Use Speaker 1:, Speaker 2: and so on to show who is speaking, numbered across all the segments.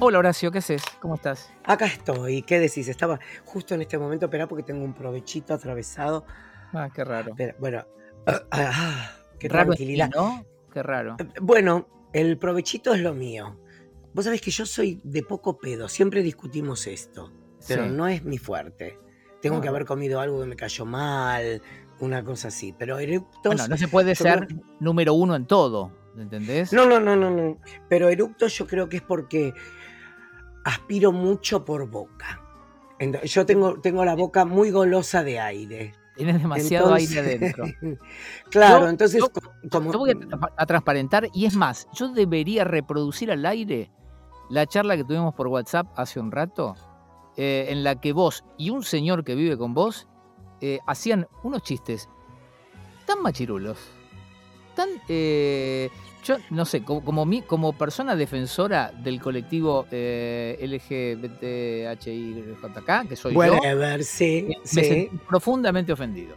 Speaker 1: Hola Horacio, ¿qué haces? ¿Cómo estás?
Speaker 2: Acá estoy, ¿qué decís? Estaba justo en este momento, espera porque tengo un provechito atravesado.
Speaker 1: Ah, qué raro.
Speaker 2: Pero, bueno, ah, ah, qué
Speaker 1: Raro en ti,
Speaker 2: tranquilidad.
Speaker 1: ¿no? Qué raro.
Speaker 2: Bueno, el provechito es lo mío. Vos sabés que yo soy de poco pedo, siempre discutimos esto, pero
Speaker 1: Sí.
Speaker 2: no es mi fuerte. Tengo
Speaker 1: Ah.
Speaker 2: que haber comido algo que me cayó mal, una cosa así, pero eructos...
Speaker 1: Bueno, Ah, no se puede
Speaker 2: yo creo
Speaker 1: ser número uno en todo, ¿entendés?
Speaker 2: No, no, no, no, no. Pero eructo yo creo que es porque aspiro mucho por boca. Ento- Yo tengo, tengo la boca muy golosa de aire.
Speaker 1: Tienes demasiado
Speaker 2: Entonces-
Speaker 1: aire adentro.
Speaker 2: Claro,
Speaker 1: Yo-
Speaker 2: entonces
Speaker 1: yo-
Speaker 2: co- como
Speaker 1: Yo voy a, tra- a transparentar y es más, yo debería reproducir al aire la charla que tuvimos por WhatsApp hace un rato, eh, en la que vos y un señor que vive con vos eh, hacían unos chistes tan machirulos, tan... eh, yo no sé, como, como, mi- como persona defensora del colectivo eh, LGBTHIJK, que soy yo,
Speaker 2: whatever, sí,
Speaker 1: me
Speaker 2: sí.
Speaker 1: sentí profundamente ofendido.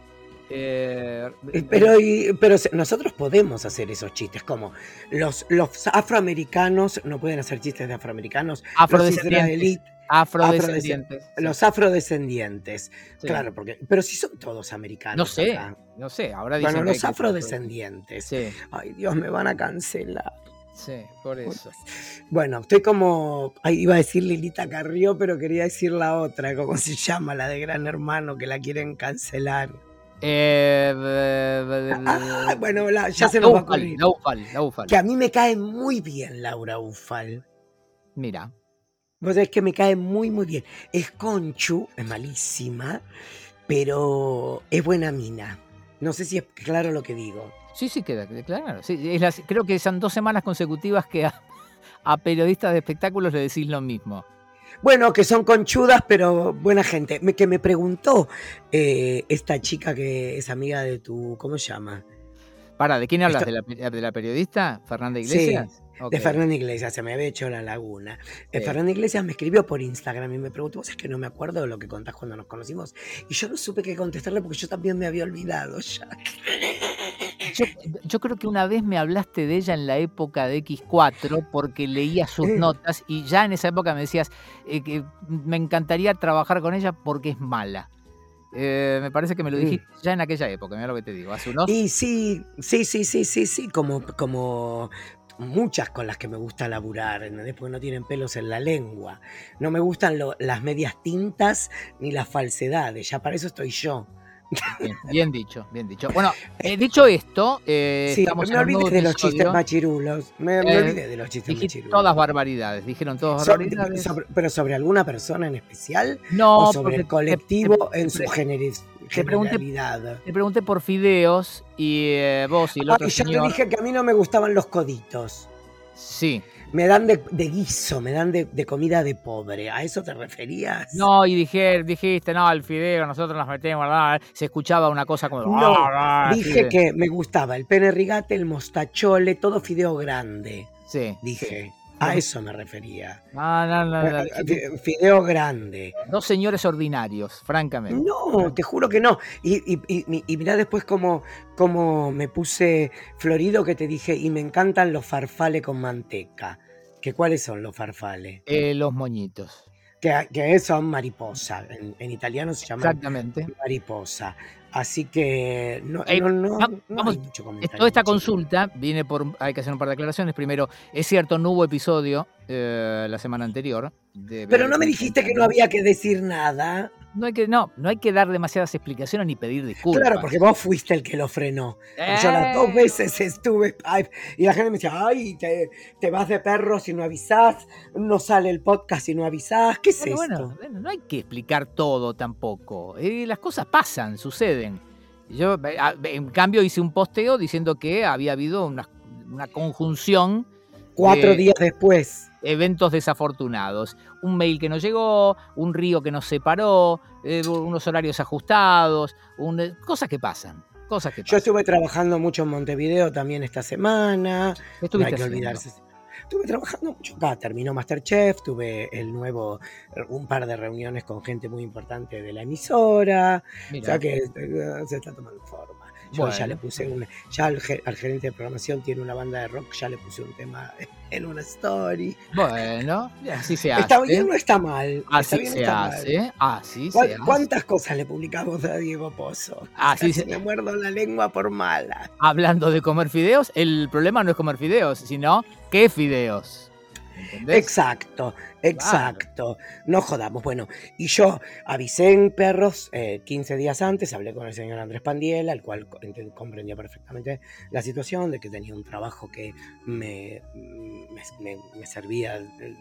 Speaker 1: Eh,
Speaker 2: Eh, Pero, y- pero se- nosotros podemos hacer esos chistes, como los, los afroamericanos no pueden hacer chistes de afroamericanos, los
Speaker 1: afrodescendientes.
Speaker 2: israelíes,
Speaker 1: Afrodescendientes.
Speaker 2: los afrodescendientes,
Speaker 1: Sí.
Speaker 2: claro, porque, pero si son todos americanos.
Speaker 1: No sé,
Speaker 2: acá.
Speaker 1: no sé. Ahora dicen
Speaker 2: Bueno,
Speaker 1: que hay
Speaker 2: los
Speaker 1: que-
Speaker 2: afrodescendientes.
Speaker 1: Sí,
Speaker 2: Ay, Dios, me van a cancelar.
Speaker 1: sí, por eso.
Speaker 2: Bueno, estoy como. ay, iba a decir Lilita Carrió, pero quería decir la otra, ¿cómo se llama? La de Gran Hermano, que la quieren cancelar.
Speaker 1: Eh, eh,
Speaker 2: Ah,
Speaker 1: eh,
Speaker 2: bueno, la- ya
Speaker 1: la-
Speaker 2: se
Speaker 1: la
Speaker 2: nos va a
Speaker 1: Ufal,
Speaker 2: ocurrir.
Speaker 1: La Ufal, la Ufal.
Speaker 2: Que a mí me cae muy bien Laura Ufal.
Speaker 1: Mira,
Speaker 2: Vos sabés que me cae muy, muy bien. Es conchu, es malísima, pero es buena mina. No sé si es claro lo que digo.
Speaker 1: sí, sí, queda claro. Sí, es las- creo que son dos semanas consecutivas que a, a periodistas de espectáculos le decís lo mismo.
Speaker 2: Bueno, que son conchudas, pero buena gente. Me- que me preguntó eh, esta chica que es amiga de tu. ¿Cómo se llama?
Speaker 1: Para, ¿de quién hablas?
Speaker 2: Esto-
Speaker 1: ¿De la, pe- de la periodista? ¿Fernanda
Speaker 2: Sí,
Speaker 1: Iglesias? Ok.
Speaker 2: De Fernanda Iglesias, se me había hecho la laguna. Eh,
Speaker 1: Sí.
Speaker 2: Fernanda Iglesias me escribió por Instagram y me preguntó, ¿vos es que no me acuerdo de lo que contás cuando nos conocimos? Y yo no supe qué contestarle porque yo también me había olvidado ya.
Speaker 1: Yo, yo creo que una vez me hablaste de ella en la época de X4 porque leía sus
Speaker 2: Eh.
Speaker 1: notas y ya en esa época me decías eh, que me encantaría trabajar con ella porque es mala. Eh, me parece que me lo
Speaker 2: Mm.
Speaker 1: dijiste ya en aquella época, mira lo que te digo, hace unos...
Speaker 2: Y sí, sí, sí, sí, sí, sí, como, como muchas con las que me gusta laburar, ¿entendés? Porque no tienen pelos en la lengua. No me gustan lo- las medias tintas ni las falsedades, ya para eso estoy yo.
Speaker 1: Bien, bien dicho, bien dicho. Bueno, eh, dicho esto, eh,
Speaker 2: sí,
Speaker 1: estamos
Speaker 2: me
Speaker 1: en un nuevo
Speaker 2: olvidé de los
Speaker 1: episodio.
Speaker 2: chistes machirulos. Me, me
Speaker 1: Eh,
Speaker 2: olvidé de los chistes
Speaker 1: Dijiste
Speaker 2: machirulos.
Speaker 1: todas barbaridades, dijeron todas
Speaker 2: Sobre-
Speaker 1: barbaridades.
Speaker 2: sobre- pero sobre alguna persona en especial
Speaker 1: no,
Speaker 2: o sobre
Speaker 1: porque
Speaker 2: el
Speaker 1: te-
Speaker 2: colectivo en su
Speaker 1: te-
Speaker 2: generis-
Speaker 1: te pregunté-
Speaker 2: generalidad.
Speaker 1: Te pregunté por fideos y eh, vos y el otro
Speaker 2: Ay, Ah, ya le
Speaker 1: señor-
Speaker 2: dije que a mí no me gustaban los coditos.
Speaker 1: Sí,
Speaker 2: Me dan de, de guiso, me dan de, de comida de pobre. ¿A eso te referías?
Speaker 1: No, y dije, dijiste, no, el fideo, nosotros nos metemos, ¿verdad? se escuchaba una cosa como...
Speaker 2: No,
Speaker 1: "Ah, ah",
Speaker 2: Dije
Speaker 1: así de-
Speaker 2: que me gustaba el pene rigate, el mostachole, todo fideo grande.
Speaker 1: Sí. Ah,
Speaker 2: Dije, a eso me refería. Eh,
Speaker 1: No, no, no, no, dijiste,
Speaker 2: Fideo grande.
Speaker 1: Dos señores ordinarios, francamente.
Speaker 2: No, te juro que no. Y, y, y- y mirá después cómo, cómo me puse florido que te dije, y me encantan los farfales con manteca. ¿Que ¿Cuáles son los farfales?
Speaker 1: Eh, los moñitos.
Speaker 2: Que, que son mariposa. En, en italiano se llaman
Speaker 1: Exactamente.
Speaker 2: mariposa. Así que no,
Speaker 1: Eh,
Speaker 2: no, no,
Speaker 1: va-
Speaker 2: no
Speaker 1: vamos,
Speaker 2: hay mucho
Speaker 1: Es-
Speaker 2: comentario.
Speaker 1: Toda esta
Speaker 2: chico.
Speaker 1: consulta viene por... Hay que hacer un par de aclaraciones. Primero, es cierto, no hubo episodio eh, la semana anterior. de-
Speaker 2: Pero no me dijiste que no había que decir nada.
Speaker 1: No hay que, no, no hay que dar demasiadas explicaciones ni pedir disculpas.
Speaker 2: Claro, porque vos fuiste el que lo frenó. Porque Yo las
Speaker 1: Eh,
Speaker 2: dos veces estuve ay, y la gente me decía, ay, te, te vas de perro si no avisás, no sale el podcast si no avisás, ¿qué es
Speaker 1: Bueno, bueno,
Speaker 2: esto?
Speaker 1: bueno, no hay que explicar todo tampoco. Eh, las cosas pasan, suceden. Yo, eh, a- en cambio, hice un posteo diciendo que había habido una, una conjunción,
Speaker 2: Cuatro
Speaker 1: eh,
Speaker 2: días después.
Speaker 1: eventos desafortunados. Un mail que no llegó, un río que nos separó, eh, unos horarios ajustados, un- eh, cosas que pasan. Cosas que
Speaker 2: Yo
Speaker 1: pasan.
Speaker 2: estuve trabajando mucho en Montevideo también esta semana,
Speaker 1: ¿Qué
Speaker 2: no
Speaker 1: estuviste
Speaker 2: hay que
Speaker 1: haciendo?
Speaker 2: olvidarse. Estuve trabajando mucho acá, terminó Masterchef, tuve el nuevo, un par de reuniones con gente muy importante de la emisora,
Speaker 1: Mira,
Speaker 2: o sea que eh, se este, está tomando forma. Yo
Speaker 1: Bueno.
Speaker 2: ya le puse un. Ya al, ge- al gerente de programación tiene una banda de rock, ya le puse un tema en una story.
Speaker 1: Bueno, así se hace.
Speaker 2: Está bien, no está mal. está
Speaker 1: Así
Speaker 2: bien,
Speaker 1: se
Speaker 2: está mal.
Speaker 1: hace. Así
Speaker 2: ¿Cuá-
Speaker 1: se hace.
Speaker 2: ¿Cuántas cosas le publicamos a Diego Pozo?
Speaker 1: Así
Speaker 2: Casi
Speaker 1: se-
Speaker 2: me muerdo la lengua por mala.
Speaker 1: Hablando de comer fideos, el problema no es comer fideos, sino qué fideos. ¿Entendés?
Speaker 2: Exacto, exacto. No jodamos. Bueno, y yo avisé en Perros eh, 15 días antes, hablé con el señor Andrés Pandiela, el cual co- ente- comprendía perfectamente la situación, de que tenía un trabajo que me, me, me- me servía eh,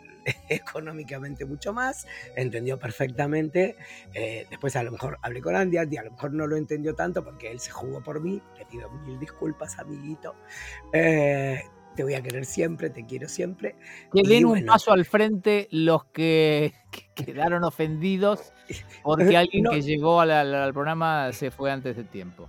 Speaker 2: económicamente mucho más, entendió perfectamente. Eh, después a lo mejor hablé con Andy, Andy a lo mejor no lo entendió tanto porque él se jugó por mí, le pido mil disculpas, amiguito. Eh, te voy a querer siempre, te quiero siempre.
Speaker 1: Que
Speaker 2: Y
Speaker 1: den un
Speaker 2: bueno.
Speaker 1: paso al frente los que, que quedaron ofendidos porque alguien
Speaker 2: No.
Speaker 1: que llegó a la- la- al programa se fue antes de tiempo.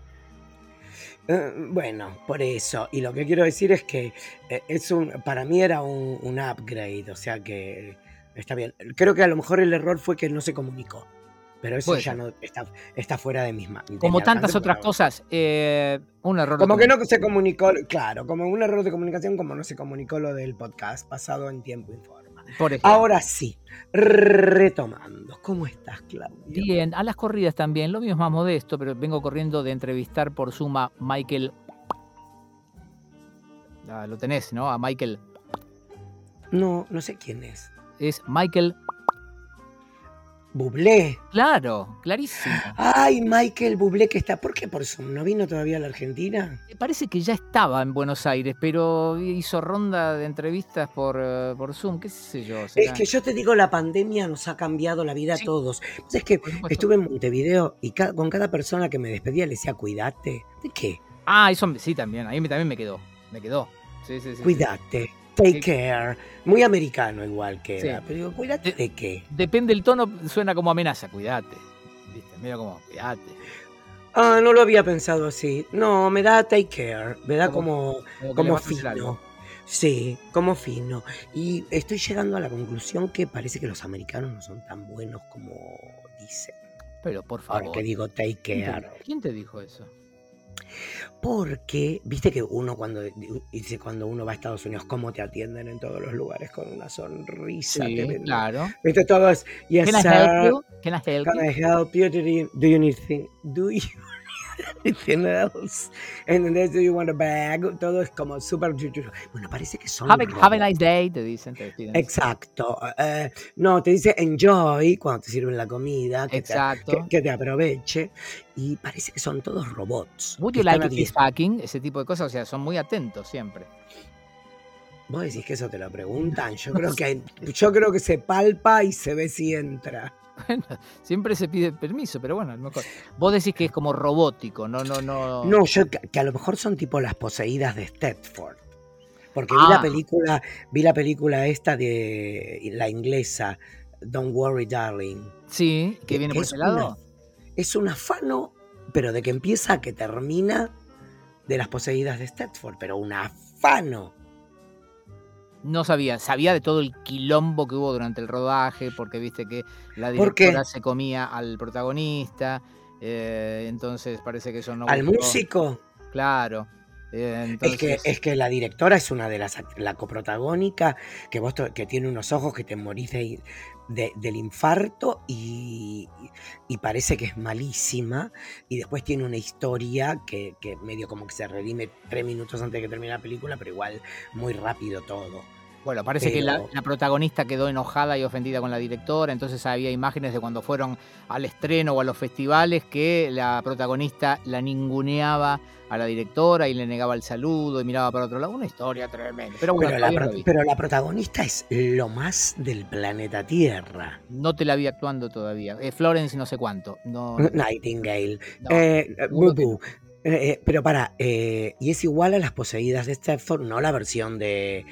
Speaker 2: Eh, Bueno, por eso. Y lo que quiero decir es que eh, es un, para mí era un, un upgrade, o sea que está bien. Creo que a lo mejor el error fue que no se comunicó, pero eso
Speaker 1: Puede
Speaker 2: ya
Speaker 1: ser.
Speaker 2: no está, está fuera de mis manos.
Speaker 1: Como tantas otras cosas, eh, un error.
Speaker 2: Como
Speaker 1: no
Speaker 2: que no se comunicó, claro, como un error de comunicación, como no se comunicó lo del podcast pasado en tiempo y forma.
Speaker 1: cometí, Por ejemplo.
Speaker 2: Ahora sí, retomando. ¿Cómo estás, Claudio?
Speaker 1: Bien, a las corridas también. Lo mío es más modesto, pero vengo corriendo de entrevistar por suma a Michael. Ah, lo tenés, ¿no? A Michael.
Speaker 2: No, no sé quién es.
Speaker 1: Es Michael.
Speaker 2: Bublé.
Speaker 1: Claro, clarísimo.
Speaker 2: Ay, Michael Bublé que está. ¿Por qué por Zoom? ¿No vino todavía a la Argentina?
Speaker 1: Me parece que ya estaba en Buenos Aires, pero hizo ronda de entrevistas por, eh, por Zoom, qué sé yo.
Speaker 2: Es
Speaker 1: será.
Speaker 2: que yo te digo, la pandemia nos ha cambiado la vida
Speaker 1: Sí.
Speaker 2: a todos. Es que
Speaker 1: Por supuesto.
Speaker 2: estuve en Montevideo y ca- con cada persona que me despedía le decía, cuídate. ¿De qué?
Speaker 1: Ah, eso me- sí también, ahí me, también me quedó. Me quedó. Sí, sí, sí, sí.
Speaker 2: Cuídate. Take
Speaker 1: Sí.
Speaker 2: care. Muy americano igual que era.
Speaker 1: Sí.
Speaker 2: Pero digo, cuídate
Speaker 1: De-
Speaker 2: de qué.
Speaker 1: Depende el tono, suena como amenaza, cuídate. Viste, medio como, cuídate.
Speaker 2: Ah, no lo había pensado así. No, me da take care. Me da
Speaker 1: Como-
Speaker 2: como,
Speaker 1: Como, que le
Speaker 2: como
Speaker 1: vas a hacer algo.
Speaker 2: fino. Sí, como fino. Y estoy llegando a la conclusión que parece que los americanos no son tan buenos como dicen.
Speaker 1: Pero por
Speaker 2: Ahora
Speaker 1: favor.
Speaker 2: que digo take
Speaker 1: ¿quién,
Speaker 2: care.
Speaker 1: te, quién te dijo eso?
Speaker 2: Porque, viste que uno cuando dice cuando uno va a Estados Unidos, cómo te atienden en todos los lugares con una sonrisa. te
Speaker 1: Sí,
Speaker 2: ven-
Speaker 1: claro.
Speaker 2: Viste todo es, yes,
Speaker 1: ¿Quién has
Speaker 2: sir,
Speaker 1: help you? ¿Quién has help
Speaker 2: can
Speaker 1: you?
Speaker 2: I help you? Do you, do you need thing- Do you need anything else? ¿Entendés? Do you want a bag? Todo es como súper... Bueno, parece que son
Speaker 1: Have, a- have a
Speaker 2: robots.
Speaker 1: nice day, te dicen. Te despiden.
Speaker 2: Exacto. eh, no, te dice enjoy cuando te sirven la comida, que, te,
Speaker 1: Exacto.
Speaker 2: que- que te aproveche. Y parece que son todos robots.
Speaker 1: Would
Speaker 2: que
Speaker 1: you like
Speaker 2: están
Speaker 1: to be
Speaker 2: atentos.
Speaker 1: fucking? Ese tipo de cosas, o sea, son muy atentos siempre.
Speaker 2: Vos decís que eso te lo preguntan. Yo creo que hay- yo creo que se palpa y se ve si entra.
Speaker 1: Siempre se pide permiso, pero bueno, es mejor. Vos decís que es como robótico, no, no, no.
Speaker 2: No, yo que que a lo mejor son tipo las poseídas de Stepford. Porque vi
Speaker 1: Ah.
Speaker 2: la película, vi la película esta de la inglesa, Don't Worry Darling.
Speaker 1: Sí, que viene por
Speaker 2: es
Speaker 1: ese lado.
Speaker 2: una- es un afano, pero de que empieza a que termina de las poseídas de Stepford, pero un afano.
Speaker 1: No sabía, sabía de todo el quilombo que hubo durante el rodaje, porque viste que la
Speaker 2: ¿Por qué?
Speaker 1: directora se comía al protagonista, eh, entonces parece que eso no.
Speaker 2: Al
Speaker 1: gustó.
Speaker 2: músico.
Speaker 1: Claro. eh,
Speaker 2: Es que,
Speaker 1: entonces,
Speaker 2: es que la directora es una de las act- la coprotagónica que vos to- que tiene unos ojos que te morís de- de- del infarto y, y parece que es malísima y después tiene una historia que, que medio como que se redime tres minutos antes de que termine la película pero igual muy rápido todo
Speaker 1: bueno, parece que la,
Speaker 2: pero-
Speaker 1: la protagonista quedó enojada y ofendida con la directora, entonces había imágenes de cuando fueron al estreno o a los festivales que la protagonista la ninguneaba a la directora y le negaba el saludo y miraba para otro lado. Una historia tremenda. Pero bueno,
Speaker 2: pero la,
Speaker 1: todavía no
Speaker 2: pro-
Speaker 1: la vi.
Speaker 2: pero la protagonista es lo más del planeta Tierra
Speaker 1: No te la vi actuando todavía. Eh, Florence no sé cuánto. No, no,
Speaker 2: Nightingale
Speaker 1: no.
Speaker 2: Eh, eh,
Speaker 1: seguro que
Speaker 2: Bubu. Eh, eh, pero para, eh, y es igual a las poseídas de Stepford, no la versión de,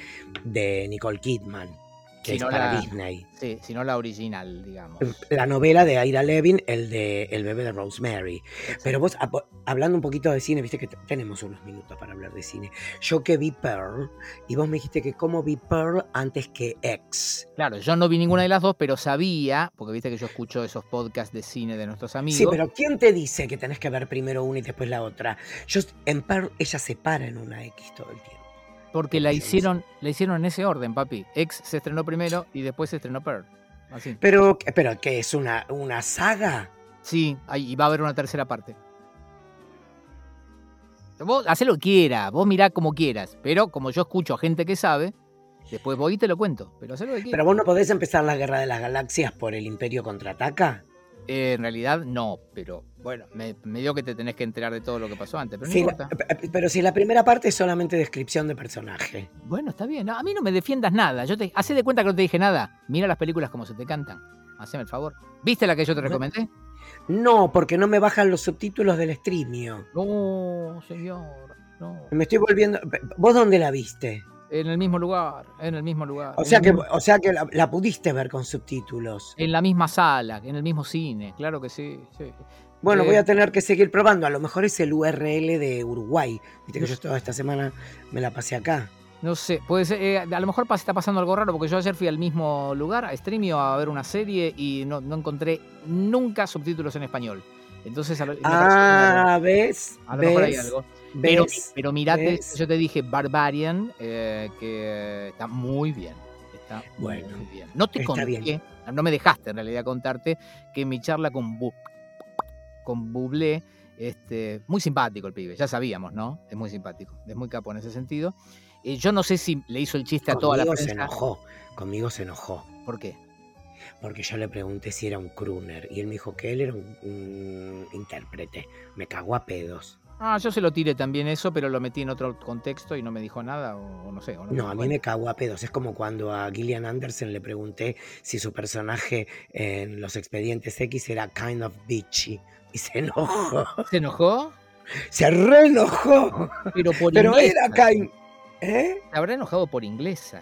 Speaker 2: de Nicole Kidman. que
Speaker 1: Si no
Speaker 2: es para
Speaker 1: la-
Speaker 2: Disney.
Speaker 1: Sí, sino la original, digamos.
Speaker 2: La novela de Ira Levin, el de El bebé de Rosemary. Pero vos, apo- hablando un poquito de cine, viste que te- tenemos unos minutos para hablar de cine. Yo que vi Pearl, y vos me dijiste que cómo vi Pearl antes que X.
Speaker 1: Claro, yo no vi ninguna de las dos, pero sabía, porque viste que yo escucho esos podcasts de cine de nuestros amigos.
Speaker 2: Sí, pero ¿quién te dice que tenés que ver primero una y después la otra? Yo, en Pearl, ella se para en una X todo el tiempo.
Speaker 1: Porque la
Speaker 2: Sí, sí.
Speaker 1: hicieron, la hicieron en ese orden, papi. Ex se estrenó primero y después se estrenó Pearl. Así.
Speaker 2: Pero, pero que es una, una saga.
Speaker 1: Sí, ahí- y va a haber una tercera parte. Vos hacé lo que quieras, vos mirá como quieras. Pero como yo escucho a gente que sabe, después voy y te lo cuento. Pero hacé lo que
Speaker 2: Pero
Speaker 1: quieras.
Speaker 2: vos no podés empezar la guerra de las galaxias por el Imperio contraataca.
Speaker 1: Eh, en realidad no, pero bueno, me, me dio que te tenés que enterar de todo lo que pasó antes. Pero no
Speaker 2: Si la-
Speaker 1: importa.
Speaker 2: p- pero si la primera parte es solamente descripción de personaje.
Speaker 1: Bueno, está bien. No, a mí no me defiendas nada. Yo te, hacé de cuenta que no te dije nada. Mira las películas como se te cantan. Haceme el favor. ¿Viste la que yo te recomendé?
Speaker 2: No, porque no me bajan los subtítulos del streamio.
Speaker 1: No, señor. No.
Speaker 2: Me estoy volviendo. p- ¿Vos dónde la viste?
Speaker 1: En el mismo lugar. En el mismo lugar.
Speaker 2: O
Speaker 1: en
Speaker 2: sea
Speaker 1: el
Speaker 2: que,
Speaker 1: mismo-
Speaker 2: o sea que la, la pudiste ver con subtítulos.
Speaker 1: En la misma sala, en el mismo cine. Claro que sí. sí.
Speaker 2: Bueno, voy
Speaker 1: eh.
Speaker 2: a tener que seguir probando. A lo mejor es el URL de Uruguay. Viste que yo toda esta semana me la pasé acá.
Speaker 1: No sé. Puede ser, eh, a lo mejor pas- está pasando algo raro porque yo ayer fui al mismo lugar, a Streamio, a ver una serie y no, no encontré nunca subtítulos en español. Entonces, a lo, me pareció un error.
Speaker 2: Ah, ¿ves?
Speaker 1: a lo mejor hay
Speaker 2: ¿Ves?
Speaker 1: algo. Pero,
Speaker 2: ¿Ves?
Speaker 1: pero mirate,
Speaker 2: ¿Ves?
Speaker 1: yo te dije Barbarian, eh, que está muy bien. Está muy,
Speaker 2: Bueno,
Speaker 1: muy bien. No te
Speaker 2: está
Speaker 1: conté,
Speaker 2: bien.
Speaker 1: no me dejaste en realidad contarte que mi charla con, Bu- con Bublé, este, muy simpático el pibe, ya sabíamos, ¿no? Es muy simpático, es muy capo en ese sentido. Eh, yo no sé si le hizo el chiste a toda la
Speaker 2: Conmigo se
Speaker 1: prensa.
Speaker 2: enojó. Conmigo se enojó.
Speaker 1: ¿Por qué?
Speaker 2: Porque yo le pregunté si era un crooner y él me dijo que él era un, un intérprete. Me cagó a pedos.
Speaker 1: Ah, yo se lo tiré también eso, pero lo metí en otro contexto y no me dijo nada, o, o no sé. o no me
Speaker 2: No, a
Speaker 1: di
Speaker 2: mí
Speaker 1: cuenta.
Speaker 2: me cagó a pedos. Es como cuando a Gillian Anderson le pregunté si su personaje en Los Expedientes X era kind of bitchy. Y se enojó.
Speaker 1: ¿Se enojó?
Speaker 2: Se reenojó.
Speaker 1: Pero por
Speaker 2: Pero era
Speaker 1: inglesa.
Speaker 2: kind. ¿eh?
Speaker 1: Se habrá enojado por inglesa.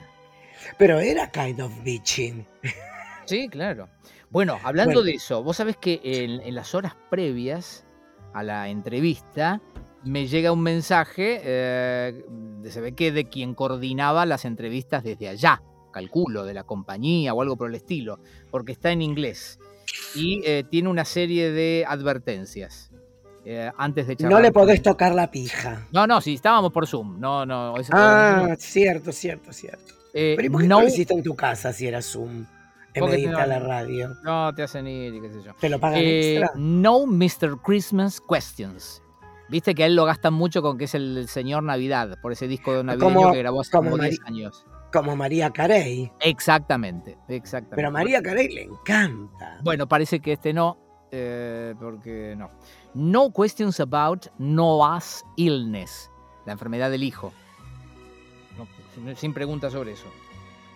Speaker 2: Pero era kind of bitchy.
Speaker 1: Sí, claro. Bueno, hablando
Speaker 2: Bueno.
Speaker 1: de eso, vos sabés que en, en las horas previas a la entrevista me llega un mensaje, eh, de- se ve que de quien coordinaba las entrevistas desde allá, calculo, de la compañía o algo por el estilo, porque está en inglés y eh, tiene una serie de advertencias eh, antes de charlar.
Speaker 2: No le
Speaker 1: con-
Speaker 2: podés tocar la pija.
Speaker 1: No, no, sí, estábamos por Zoom. No, no. eso-
Speaker 2: Ah, cierto, cierto, cierto.
Speaker 1: eh,
Speaker 2: Pero ¿y por qué no
Speaker 1: no,
Speaker 2: lo hiciste en tu casa si era Zoom? En
Speaker 1: Porque
Speaker 2: vez de irte
Speaker 1: no-
Speaker 2: a la radio.
Speaker 1: no te hacen ir y qué sé yo.
Speaker 2: ¿Te lo pagan
Speaker 1: Eh,
Speaker 2: extra?
Speaker 1: no Mr. Christmas Questions. Viste que a él lo gastan mucho con que es el señor Navidad, por ese disco de navideño
Speaker 2: Como-
Speaker 1: que grabó hace
Speaker 2: como
Speaker 1: como 10
Speaker 2: Mari-
Speaker 1: años.
Speaker 2: Como María Carey.
Speaker 1: Exactamente, exactamente.
Speaker 2: Pero a María Carey le encanta.
Speaker 1: Bueno, parece que este no, eh, porque no. No questions about Noah's illness, la enfermedad del hijo. No, sin- sin preguntas sobre eso.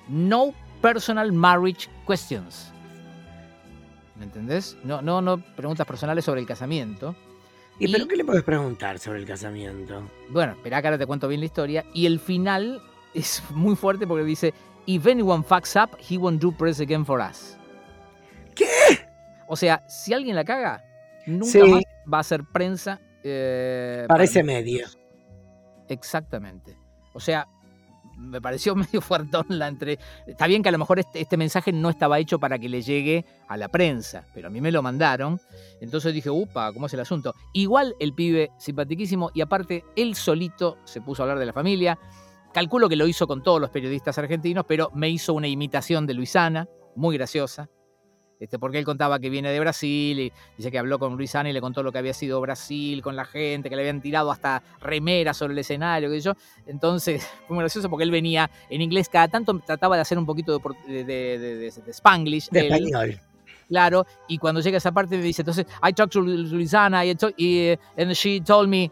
Speaker 1: No personal marriage questions. ¿Me entendés? No, no, no preguntas personales sobre el casamiento.
Speaker 2: ¿Y pero
Speaker 1: y- Eh,
Speaker 2: qué le puedes preguntar sobre el casamiento?
Speaker 1: Bueno, espera que ahora te cuento bien la historia. Y el final es muy fuerte porque dice: If anyone fucks up, he won't do press again for us.
Speaker 2: ¿Qué?
Speaker 1: O sea, si alguien la caga, nunca
Speaker 2: Sí.
Speaker 1: más va a ser prensa. eh,
Speaker 2: Para ese
Speaker 1: mí.
Speaker 2: medio.
Speaker 1: Exactamente. O sea, me pareció medio fuertón la entre. Está bien que a lo mejor este, este mensaje no estaba hecho para que le llegue a la prensa, pero a mí me lo mandaron. Entonces dije, upa, ¿cómo es el asunto? Igual el pibe, simpatiquísimo, y aparte él solito se puso a hablar de la familia. Calculo que lo hizo con todos los periodistas argentinos, pero me hizo una imitación de Luisana, muy graciosa. Este, porque él contaba que viene de Brasil y dice que habló con Luisana y le contó lo que había sido Brasil, con la gente, que le habían tirado hasta remeras sobre el escenario, que yo. Entonces, fue muy gracioso porque él venía en inglés, cada tanto trataba de hacer un poquito de, por- de, de- de- de- de spanglish.
Speaker 2: De
Speaker 1: él.
Speaker 2: español.
Speaker 1: Claro, y cuando llega esa parte me dice, entonces, I talked to Lu- Luisana y, to- y, eh, and she told me,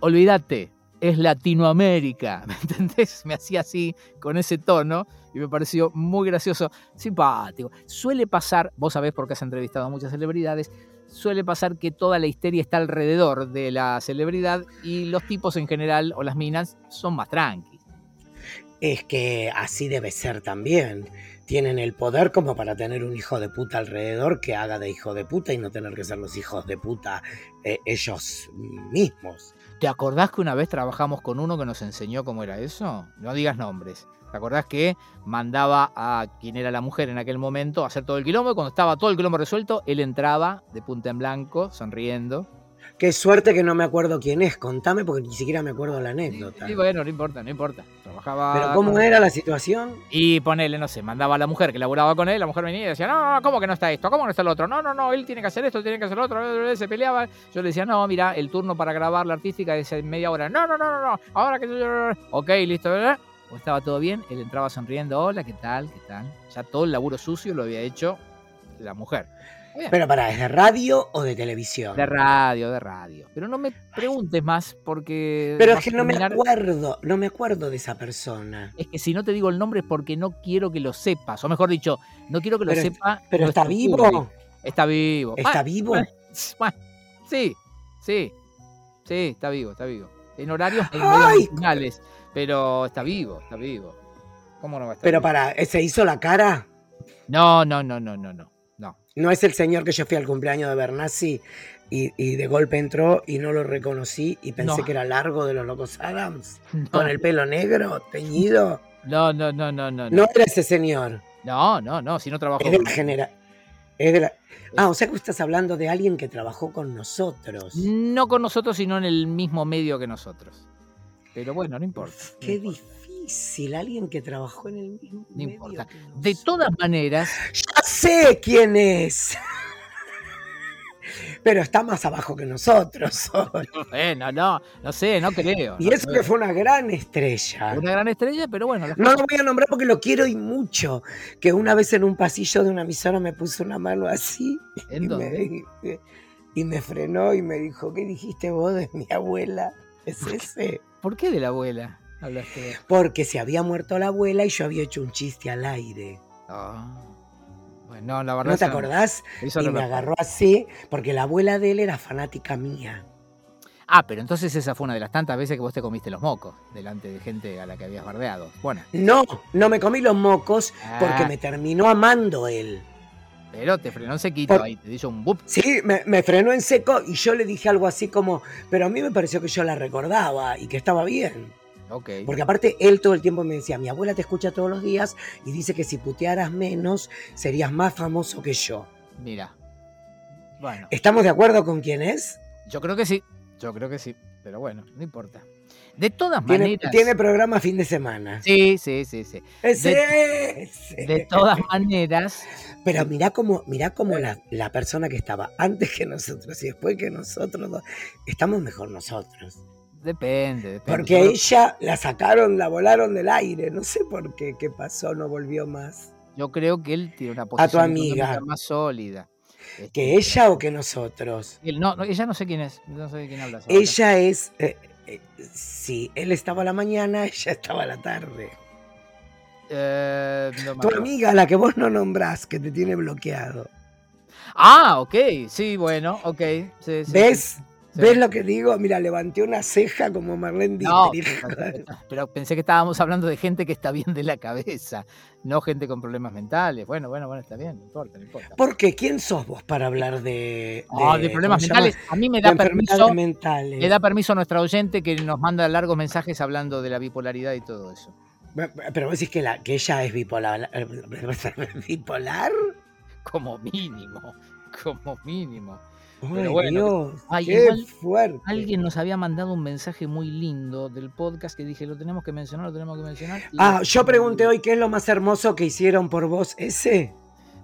Speaker 1: olvídate, es Latinoamérica, ¿me entendés? Me hacía así, con ese tono, y me pareció muy gracioso, simpático. Suele pasar, vos sabés porque has entrevistado a muchas celebridades, suele pasar que toda la histeria está alrededor de la celebridad y los tipos en general, o las minas, son más tranquilos.
Speaker 2: es que así debe ser también. Tienen el poder como para tener un hijo de puta alrededor que haga de hijo de puta y no tener que ser los hijos de puta eh, ellos mismos.
Speaker 1: ¿Te acordás que una vez trabajamos con uno que nos enseñó cómo era eso? No digas nombres. ¿Te acordás que mandaba a quien era la mujer en aquel momento a hacer todo el quilombo? Y cuando estaba todo el quilombo resuelto, él entraba de punta en blanco, sonriendo.
Speaker 2: Qué suerte que no me acuerdo quién es, contame porque ni siquiera me acuerdo la anécdota.
Speaker 1: Y bueno, no importa, no importa. Trabajaba.
Speaker 2: Pero ¿cómo
Speaker 1: Ah, con-
Speaker 2: era la situación?
Speaker 1: Y ponele, no sé, mandaba a la mujer que laburaba con él, la mujer venía y decía, no, no, no, ¿cómo que no está esto? ¿Cómo no está el otro? No, no, no, él tiene que hacer esto, tiene que hacer lo otro, bla, bla, bla, se peleaba. Yo le decía, no, mira, el turno para grabar la artística es en media hora. No, no, no, no, no, ahora que yo... Ok, listo, bla, bla. O estaba todo bien, él entraba sonriendo, hola, ¿qué tal? ¿Qué tal? Ya todo el laburo sucio lo había hecho la mujer.
Speaker 2: Pero para, ¿es de radio o de televisión?
Speaker 1: De radio, de radio. Pero no me preguntes más porque...
Speaker 2: Pero es
Speaker 1: vas
Speaker 2: que
Speaker 1: a
Speaker 2: no me
Speaker 1: terminar-
Speaker 2: acuerdo, no me acuerdo de esa persona.
Speaker 1: Es que si no te digo el nombre es porque no quiero que lo sepas. O mejor dicho, no quiero que lo
Speaker 2: Pero-
Speaker 1: sepa.
Speaker 2: Pero
Speaker 1: nuestro
Speaker 2: está vivo,
Speaker 1: público. Está vivo.
Speaker 2: está
Speaker 1: Ah, Bueno,
Speaker 2: vivo.
Speaker 1: bueno, Sí, sí. Sí, está vivo, está vivo. En horarios en
Speaker 2: Ay,
Speaker 1: finales. Pero está vivo, está vivo. ¿Cómo no va a estar
Speaker 2: Pero
Speaker 1: vivo?
Speaker 2: para, ¿se hizo la cara?
Speaker 1: No, no, no, no, no, no. No.
Speaker 2: No es el señor que yo fui al cumpleaños de Bernassi y, y de golpe entró y no lo reconocí y pensé
Speaker 1: No.
Speaker 2: que era largo de los locos Adams, con
Speaker 1: No,
Speaker 2: el pelo negro, teñido.
Speaker 1: no, no, no, no, no.
Speaker 2: No
Speaker 1: No,
Speaker 2: era ese señor,
Speaker 1: no, no, no, si no trabajo.
Speaker 2: es de la genera. es de la- Ah, o sea que vos estás hablando de alguien que trabajó con nosotros.
Speaker 1: No con nosotros, sino en el mismo medio que nosotros. Pero bueno, no importa. no
Speaker 2: Qué
Speaker 1: importa.
Speaker 2: difícil, alguien que trabajó en el mismo.
Speaker 1: No
Speaker 2: medio
Speaker 1: importa.
Speaker 2: que
Speaker 1: De
Speaker 2: nosotros.
Speaker 1: todas maneras,
Speaker 2: Ya sé quién es. Pero está más abajo que nosotros. hoy.
Speaker 1: bueno, no, no sé, no creo.
Speaker 2: Y
Speaker 1: no
Speaker 2: eso que
Speaker 1: creo.
Speaker 2: fue una gran estrella.
Speaker 1: una gran estrella, pero bueno, las
Speaker 2: No lo voy a nombrar porque lo quiero y mucho. Que una vez en un pasillo de una emisora me puso una mano así
Speaker 1: cosas-
Speaker 2: y
Speaker 1: entonces,
Speaker 2: me, y me frenó y me dijo, ¿qué dijiste vos de mi abuela? Es ese.
Speaker 1: ¿Por qué de la abuela hablaste?
Speaker 2: Porque se había muerto la abuela y yo había hecho un chiste al aire.
Speaker 1: Ah. Bueno, la verdad.
Speaker 2: ¿No te
Speaker 1: eso-
Speaker 2: acordás?
Speaker 1: eso
Speaker 2: Y
Speaker 1: no
Speaker 2: me
Speaker 1: me acuerdo.
Speaker 2: agarró así porque la abuela de él era fanática mía.
Speaker 1: Ah, pero entonces esa fue una de las tantas veces que vos te comiste los mocos delante de gente a la que habías bardeado. Bueno,
Speaker 2: No, no me comí los mocos porque
Speaker 1: Ah.
Speaker 2: me terminó amando él.
Speaker 1: pero te frenó un sequito
Speaker 2: Por-
Speaker 1: ahí, te hizo un bup.
Speaker 2: Sí, me, me frenó en seco y yo le dije algo así como, pero a mí me pareció que yo la recordaba y que estaba bien.
Speaker 1: Ok.
Speaker 2: Porque aparte él todo el tiempo me decía, mi abuela te escucha todos los días y dice que si putearas menos serías más famoso que yo.
Speaker 1: Mira. Bueno,
Speaker 2: ¿Estamos de acuerdo con quién es?
Speaker 1: yo creo que sí. Yo creo que sí. Pero bueno, no importa. De todas
Speaker 2: Tiene,
Speaker 1: maneras.
Speaker 2: tiene programa fin de semana.
Speaker 1: Sí, sí, sí, sí.
Speaker 2: Ese es.
Speaker 1: De todas maneras,
Speaker 2: Pero mirá cómo, mirá cómo la, la persona que estaba antes que nosotros y después que nosotros, dos, estamos mejor nosotros.
Speaker 1: depende, depende.
Speaker 2: Porque
Speaker 1: Yo
Speaker 2: a
Speaker 1: creo-
Speaker 2: ella la sacaron, la volaron del aire. No sé por qué, qué pasó, no volvió más.
Speaker 1: Yo creo que él tiene una posición
Speaker 2: amiga.
Speaker 1: económica más sólida. Este,
Speaker 2: ¿Que ella o que nosotros?
Speaker 1: él- no, no, ella no sé quién es, no sé de quién hablas. ahora.
Speaker 2: Ella es. eh, eh, sí, él estaba a la mañana, ella estaba a la tarde.
Speaker 1: Eh, no me
Speaker 2: Tu
Speaker 1: acuerdo.
Speaker 2: amiga, la que vos no nombrás, que te tiene bloqueado.
Speaker 1: Ah, ok, sí, bueno, ok. sí, sí, sí,
Speaker 2: ¿Ves?
Speaker 1: sí.
Speaker 2: ¿Ves lo que digo? Mira, levanté una ceja como Marlene
Speaker 1: No,
Speaker 2: Dietrich.
Speaker 1: Pero pensé que estábamos hablando de gente que está bien de la cabeza, no gente con problemas mentales. Bueno, bueno, bueno, está bien, no importa, no importa.
Speaker 2: ¿Por qué? ¿Quién sos vos para hablar de.
Speaker 1: Ah, de problemas
Speaker 2: ¿cómo se llama?
Speaker 1: mentales, a mí me
Speaker 2: De
Speaker 1: da
Speaker 2: enfermedades
Speaker 1: permiso,
Speaker 2: mentales.
Speaker 1: le da permiso a nuestra oyente que nos manda largos mensajes hablando de la bipolaridad y todo eso.
Speaker 2: Pero vos decís que, la, que ella es bipolar. ¿Bipolar?
Speaker 1: Como mínimo, como mínimo.
Speaker 2: Ay,
Speaker 1: Pero bueno,
Speaker 2: Dios,
Speaker 1: ay,
Speaker 2: qué
Speaker 1: igual
Speaker 2: fuerte.
Speaker 1: Alguien nos había mandado un mensaje muy lindo del podcast que dije, lo tenemos que mencionar, lo tenemos que mencionar. y-
Speaker 2: Ah, yo pregunté hoy qué es lo más hermoso que hicieron por vos ese.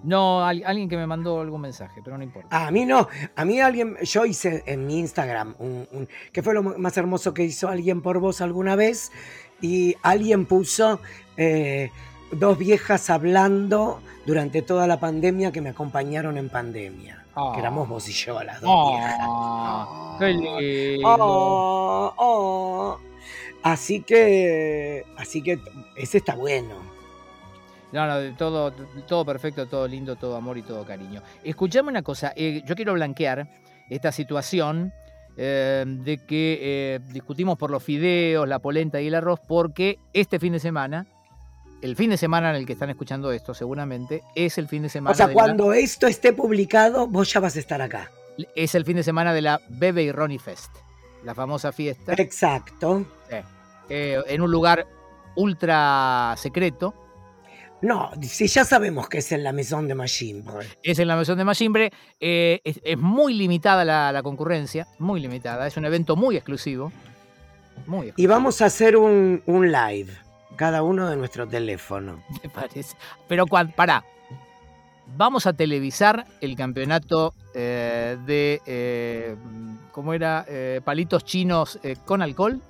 Speaker 1: No, al- alguien que me mandó algún mensaje, pero no importa.
Speaker 2: Ah, a mí no, a mí alguien, yo hice en mi Instagram un, un- qué fue lo más hermoso que hizo alguien por vos alguna vez y alguien puso eh, dos viejas hablando durante toda la pandemia que me acompañaron en pandemia.
Speaker 1: Ah.
Speaker 2: Que éramos vos y yo las dos viejas.
Speaker 1: Ah, Oh. qué lindo.
Speaker 2: Oh, oh. Así que, así que ese está bueno.
Speaker 1: No, no, de todo, de todo perfecto, todo lindo, todo amor y todo cariño. Escuchame una cosa, eh, yo quiero blanquear esta situación eh, de que eh, discutimos por los fideos, la polenta y el arroz, porque este fin de semana, el fin de semana en el que están escuchando esto seguramente, es el fin de semana...
Speaker 2: O sea,
Speaker 1: de
Speaker 2: cuando esto esté publicado, vos ya vas a estar acá.
Speaker 1: la- es el fin de semana de la Bebe y Ronnie Fest, la famosa fiesta,
Speaker 2: Exacto.
Speaker 1: eh, en un lugar ultra secreto,
Speaker 2: No, si ya sabemos que es en la Maison de Machine. Boy.
Speaker 1: es en la versión de Machimbre, eh, es, es muy limitada la, la concurrencia, muy limitada, es un evento muy exclusivo, muy exclusivo.
Speaker 2: Y vamos a hacer un, un live, cada uno de nuestro teléfono.
Speaker 1: Me parece. Pero cuan- pará. Vamos a televisar el campeonato eh, de. eh, ¿Cómo era? Eh, palitos chinos eh, con alcohol.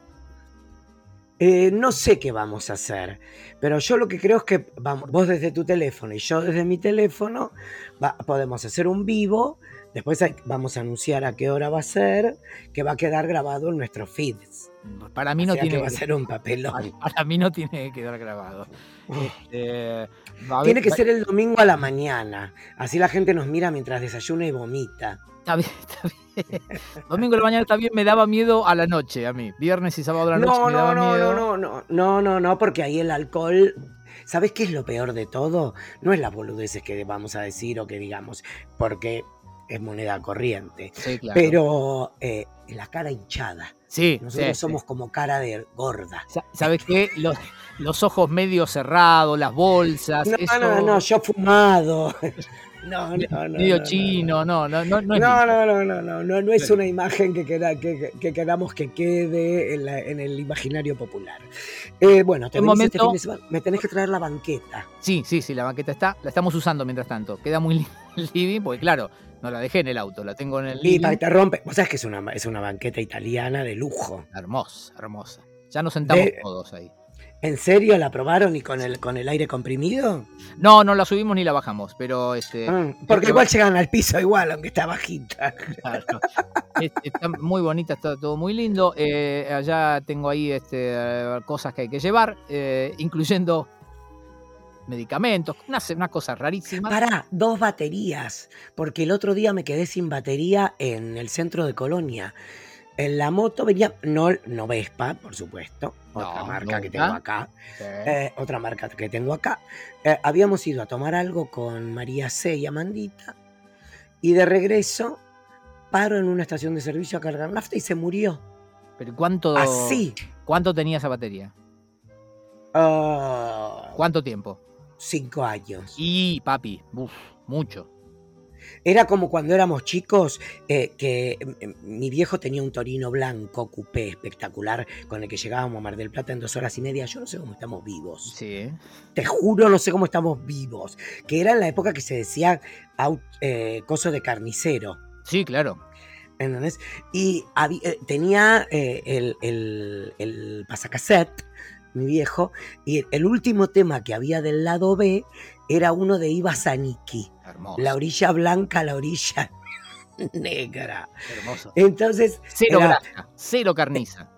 Speaker 2: Eh, no sé qué vamos a hacer, pero yo lo que creo es que vamos, vos desde tu teléfono y yo desde mi teléfono va- podemos hacer un vivo, después hay- vamos a anunciar a qué hora va a ser, que va a quedar grabado en nuestros feeds.
Speaker 1: Para mí
Speaker 2: O
Speaker 1: no
Speaker 2: sea, que
Speaker 1: tiene.
Speaker 2: va a ser un papelón.
Speaker 1: Para mí no tiene que quedar grabado. Este, va a
Speaker 2: Tiene
Speaker 1: haber-
Speaker 2: que
Speaker 1: va-
Speaker 2: ser el domingo a la mañana, así la gente nos mira mientras desayuna y vomita.
Speaker 1: Está bien, está bien. Domingo de la mañana está bien, me daba miedo a la noche a mí. Viernes y sábado a la noche
Speaker 2: No,
Speaker 1: me daba
Speaker 2: no, no,
Speaker 1: miedo.
Speaker 2: no, no, no, no, no, no, porque ahí el alcohol. ¿Sabes qué es lo peor de todo? No es las boludeces que vamos a decir o que digamos, porque es moneda corriente.
Speaker 1: Sí, claro.
Speaker 2: Pero eh, la cara hinchada.
Speaker 1: Sí,
Speaker 2: Nosotros
Speaker 1: sí, sí.
Speaker 2: somos como cara de gorda.
Speaker 1: Sa- ¿Sabes qué? Los, los ojos medio cerrados, las bolsas.
Speaker 2: No,
Speaker 1: eso-
Speaker 2: no, no, yo fumado. No, no, no.
Speaker 1: medio
Speaker 2: no, no,
Speaker 1: chino, no, no, no, no, es
Speaker 2: No,
Speaker 1: lindo.
Speaker 2: no, no, no, no, no, no es una imagen que, queda, que, que queramos que quede en, la- en el imaginario popular. Eh, bueno, te
Speaker 1: Un
Speaker 2: venís este
Speaker 1: momento.
Speaker 2: fin de semana. me tenés que traer la banqueta.
Speaker 1: Sí, sí, sí, la banqueta está, la estamos usando mientras tanto. Queda muy li- el living, porque claro, no la dejé en el auto, la tengo en el
Speaker 2: Y
Speaker 1: living.
Speaker 2: pa- te rompe. Vos sabés que es una, es una banqueta italiana de lujo.
Speaker 1: Hermosa, hermosa. Ya nos sentamos
Speaker 2: De-
Speaker 1: todos ahí.
Speaker 2: ¿En serio la probaron y con el, con el aire comprimido?
Speaker 1: No, no la subimos ni la bajamos, pero este,
Speaker 2: Ah, porque
Speaker 1: que-
Speaker 2: igual llegan al piso igual, aunque está bajita.
Speaker 1: Ah. claro, es- está muy bonita, está todo muy lindo. Eh, allá tengo ahí este, eh, cosas que hay que llevar, eh, incluyendo medicamentos, unas, unas cosas rarísimas.
Speaker 2: Pará, dos baterías. Porque el otro día me quedé sin batería en el centro de Colonia. En la moto venía, no, no Vespa, por supuesto, otra
Speaker 1: No,
Speaker 2: marca que
Speaker 1: nunca.
Speaker 2: tengo acá.
Speaker 1: Sí.
Speaker 2: Eh, otra marca que tengo acá. Eh, habíamos ido a tomar algo con María C y Amandita. Y de regreso paro en una estación de servicio a cargar nafta y se murió.
Speaker 1: Pero ¿cuánto,
Speaker 2: Así.
Speaker 1: ¿cuánto tenía esa batería?
Speaker 2: Ah,
Speaker 1: ¿Cuánto tiempo?
Speaker 2: cinco años.
Speaker 1: Y papi, uf, mucho.
Speaker 2: Era como cuando éramos chicos, eh, que eh, mi viejo tenía un torino blanco coupé espectacular con el que llegábamos a Mar del Plata en dos horas y media. Yo no sé cómo estamos vivos.
Speaker 1: Sí. ¿eh?
Speaker 2: Te juro, no sé cómo estamos vivos. Que era en la época que se decía au- eh, coso de carnicero.
Speaker 1: Sí, claro.
Speaker 2: ¿entendés? Y habí- eh, tenía eh, el, el, el pasacassette, mi viejo, y el último tema que había del lado B era uno de Iva Zanicki,
Speaker 1: Hermoso.
Speaker 2: la orilla blanca, la orilla negra.
Speaker 1: hermoso.
Speaker 2: Entonces,
Speaker 1: Cero
Speaker 2: era-
Speaker 1: grasa, cero carniza.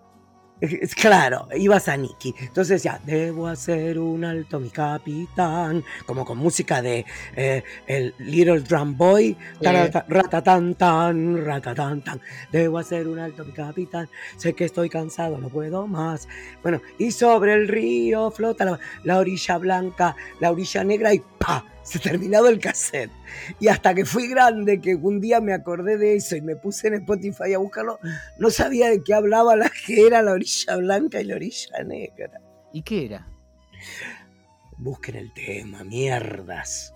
Speaker 2: es claro, Iva Zanicki. Entonces ya, debo hacer un alto, mi capitán, como con música de eh, el Little Drum Boy, Tarata- ratatán, tan, ratatán, tan. Debo hacer un alto, mi capitán. Sé que estoy cansado, no puedo más. Bueno, y sobre el río flota la, la orilla blanca, la orilla negra y ¡pa! Se terminado el cassette. Y hasta que fui grande, que un día me acordé de eso y me puse en Spotify a buscarlo, no sabía de qué hablaba la que era la orilla blanca y la orilla negra.
Speaker 1: ¿Y qué era?
Speaker 2: Busquen el tema, mierdas.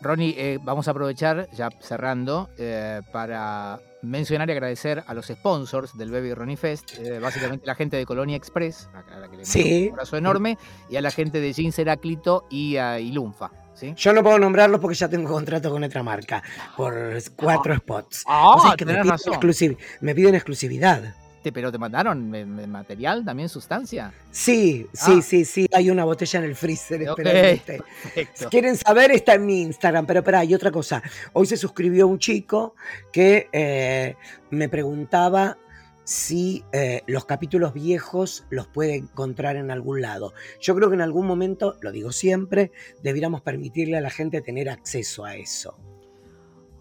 Speaker 1: Ronnie, eh, vamos a aprovechar, ya cerrando, eh, para mencionar y agradecer a los sponsors del Baby Ronnie Fest, eh, básicamente la gente de Colonia Express, a a la que le mando
Speaker 2: Sí.
Speaker 1: un abrazo enorme, y a la gente de Jeans Heráclito y a Ilunfa. ¿sí?
Speaker 2: Yo no puedo nombrarlos porque ya tengo contrato con otra marca por cuatro spots.
Speaker 1: Ah,
Speaker 2: Entonces, que me,
Speaker 1: tenés
Speaker 2: piden
Speaker 1: razón.
Speaker 2: exclusivi- me piden exclusividad.
Speaker 1: Te- Pero te mandaron eh, material, también sustancia.
Speaker 2: Sí, sí,
Speaker 1: Ah.
Speaker 2: sí, sí. Hay una botella en el freezer.
Speaker 1: Ok.
Speaker 2: esperándote. Si
Speaker 1: Perfecto.
Speaker 2: quieren saber, está en mi Instagram. Pero espera, hay otra cosa. Hoy se suscribió un chico que eh, me preguntaba si eh, los capítulos viejos los puede encontrar en algún lado. Yo creo que en algún momento, lo digo siempre, debiéramos permitirle a la gente tener acceso a eso.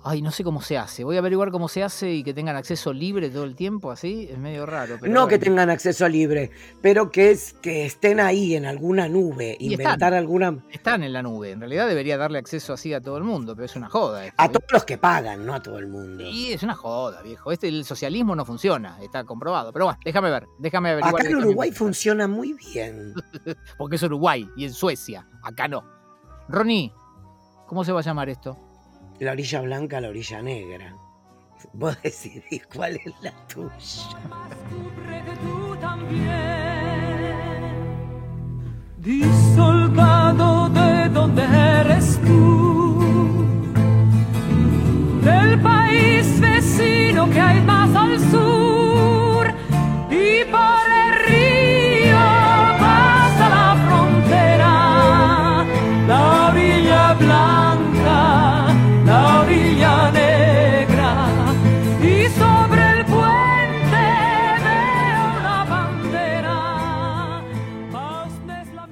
Speaker 1: Ay, no sé cómo se hace. Voy a averiguar cómo se hace y que tengan acceso libre todo el tiempo, así. Es medio raro. pero
Speaker 2: No que
Speaker 1: bueno.
Speaker 2: tengan acceso libre, pero que, es, que estén ahí en alguna nube,
Speaker 1: Y están.
Speaker 2: inventar alguna...
Speaker 1: Están en la nube. En realidad debería darle acceso así a todo el mundo, pero es una joda. esto,
Speaker 2: A
Speaker 1: ¿viste?
Speaker 2: todos los que pagan, no a todo el mundo.
Speaker 1: Y es una joda, viejo. Este, el socialismo no funciona, está comprobado. Pero bueno, déjame ver, déjame averiguar.
Speaker 2: Acá en
Speaker 1: déjame-
Speaker 2: Uruguay funciona muy bien.
Speaker 1: Porque es Uruguay y en Suecia, acá no. Ronnie, ¿cómo se va a llamar esto?
Speaker 2: La orilla blanca, la orilla negra. Vos decidís cuál es la tuya.
Speaker 3: Descubre que tú también dices